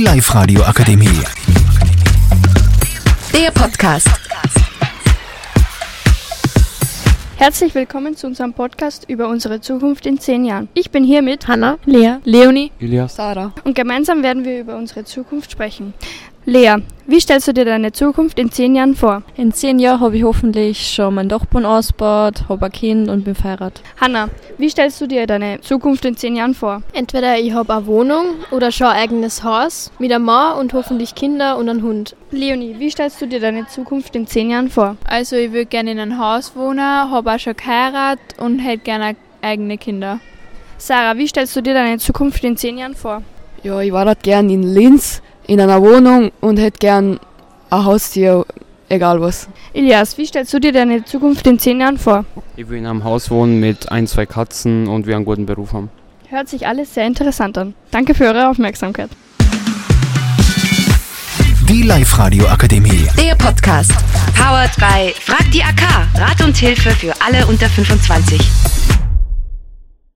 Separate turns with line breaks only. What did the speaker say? Live Radio Akademie.
Der Podcast.
Herzlich willkommen zu unserem Podcast über unsere Zukunft in zehn Jahren. Ich bin hier mit
Hanna,
Lea,
Leonie.
Ilias,
Sarah.
und gemeinsam werden wir über unsere Zukunft sprechen. Lea, wie stellst du dir deine Zukunft in zehn Jahren vor?
In zehn Jahren habe ich hoffentlich schon meinen Dachboden ausgebaut, habe ein Kind und bin verheiratet.
Hanna, wie stellst du dir deine Zukunft in zehn Jahren vor?
Entweder ich habe eine Wohnung oder schon ein eigenes Haus mit einem Mann und hoffentlich Kinder und einen Hund.
Leonie, wie stellst du dir deine Zukunft in zehn Jahren vor?
Also ich würde gerne in einem Haus wohnen, habe auch schon geheiratet und hätte gerne eigene Kinder.
Sarah, wie stellst du dir deine Zukunft in zehn Jahren vor?
Ja, ich war halt gern in Linz in einer Wohnung und hätte gern ein Haustier, egal was.
Ilias, wie stellst du dir deine Zukunft in zehn Jahren vor?
ich will in einem Haus wohnen mit ein, zwei Katzen und wir einen guten Beruf haben.
Hört sich alles sehr interessant an. Danke für eure Aufmerksamkeit.
Die Live Radio Akademie.
Der Podcast. Powered by Frag die AK. Rat und Hilfe für alle unter 25.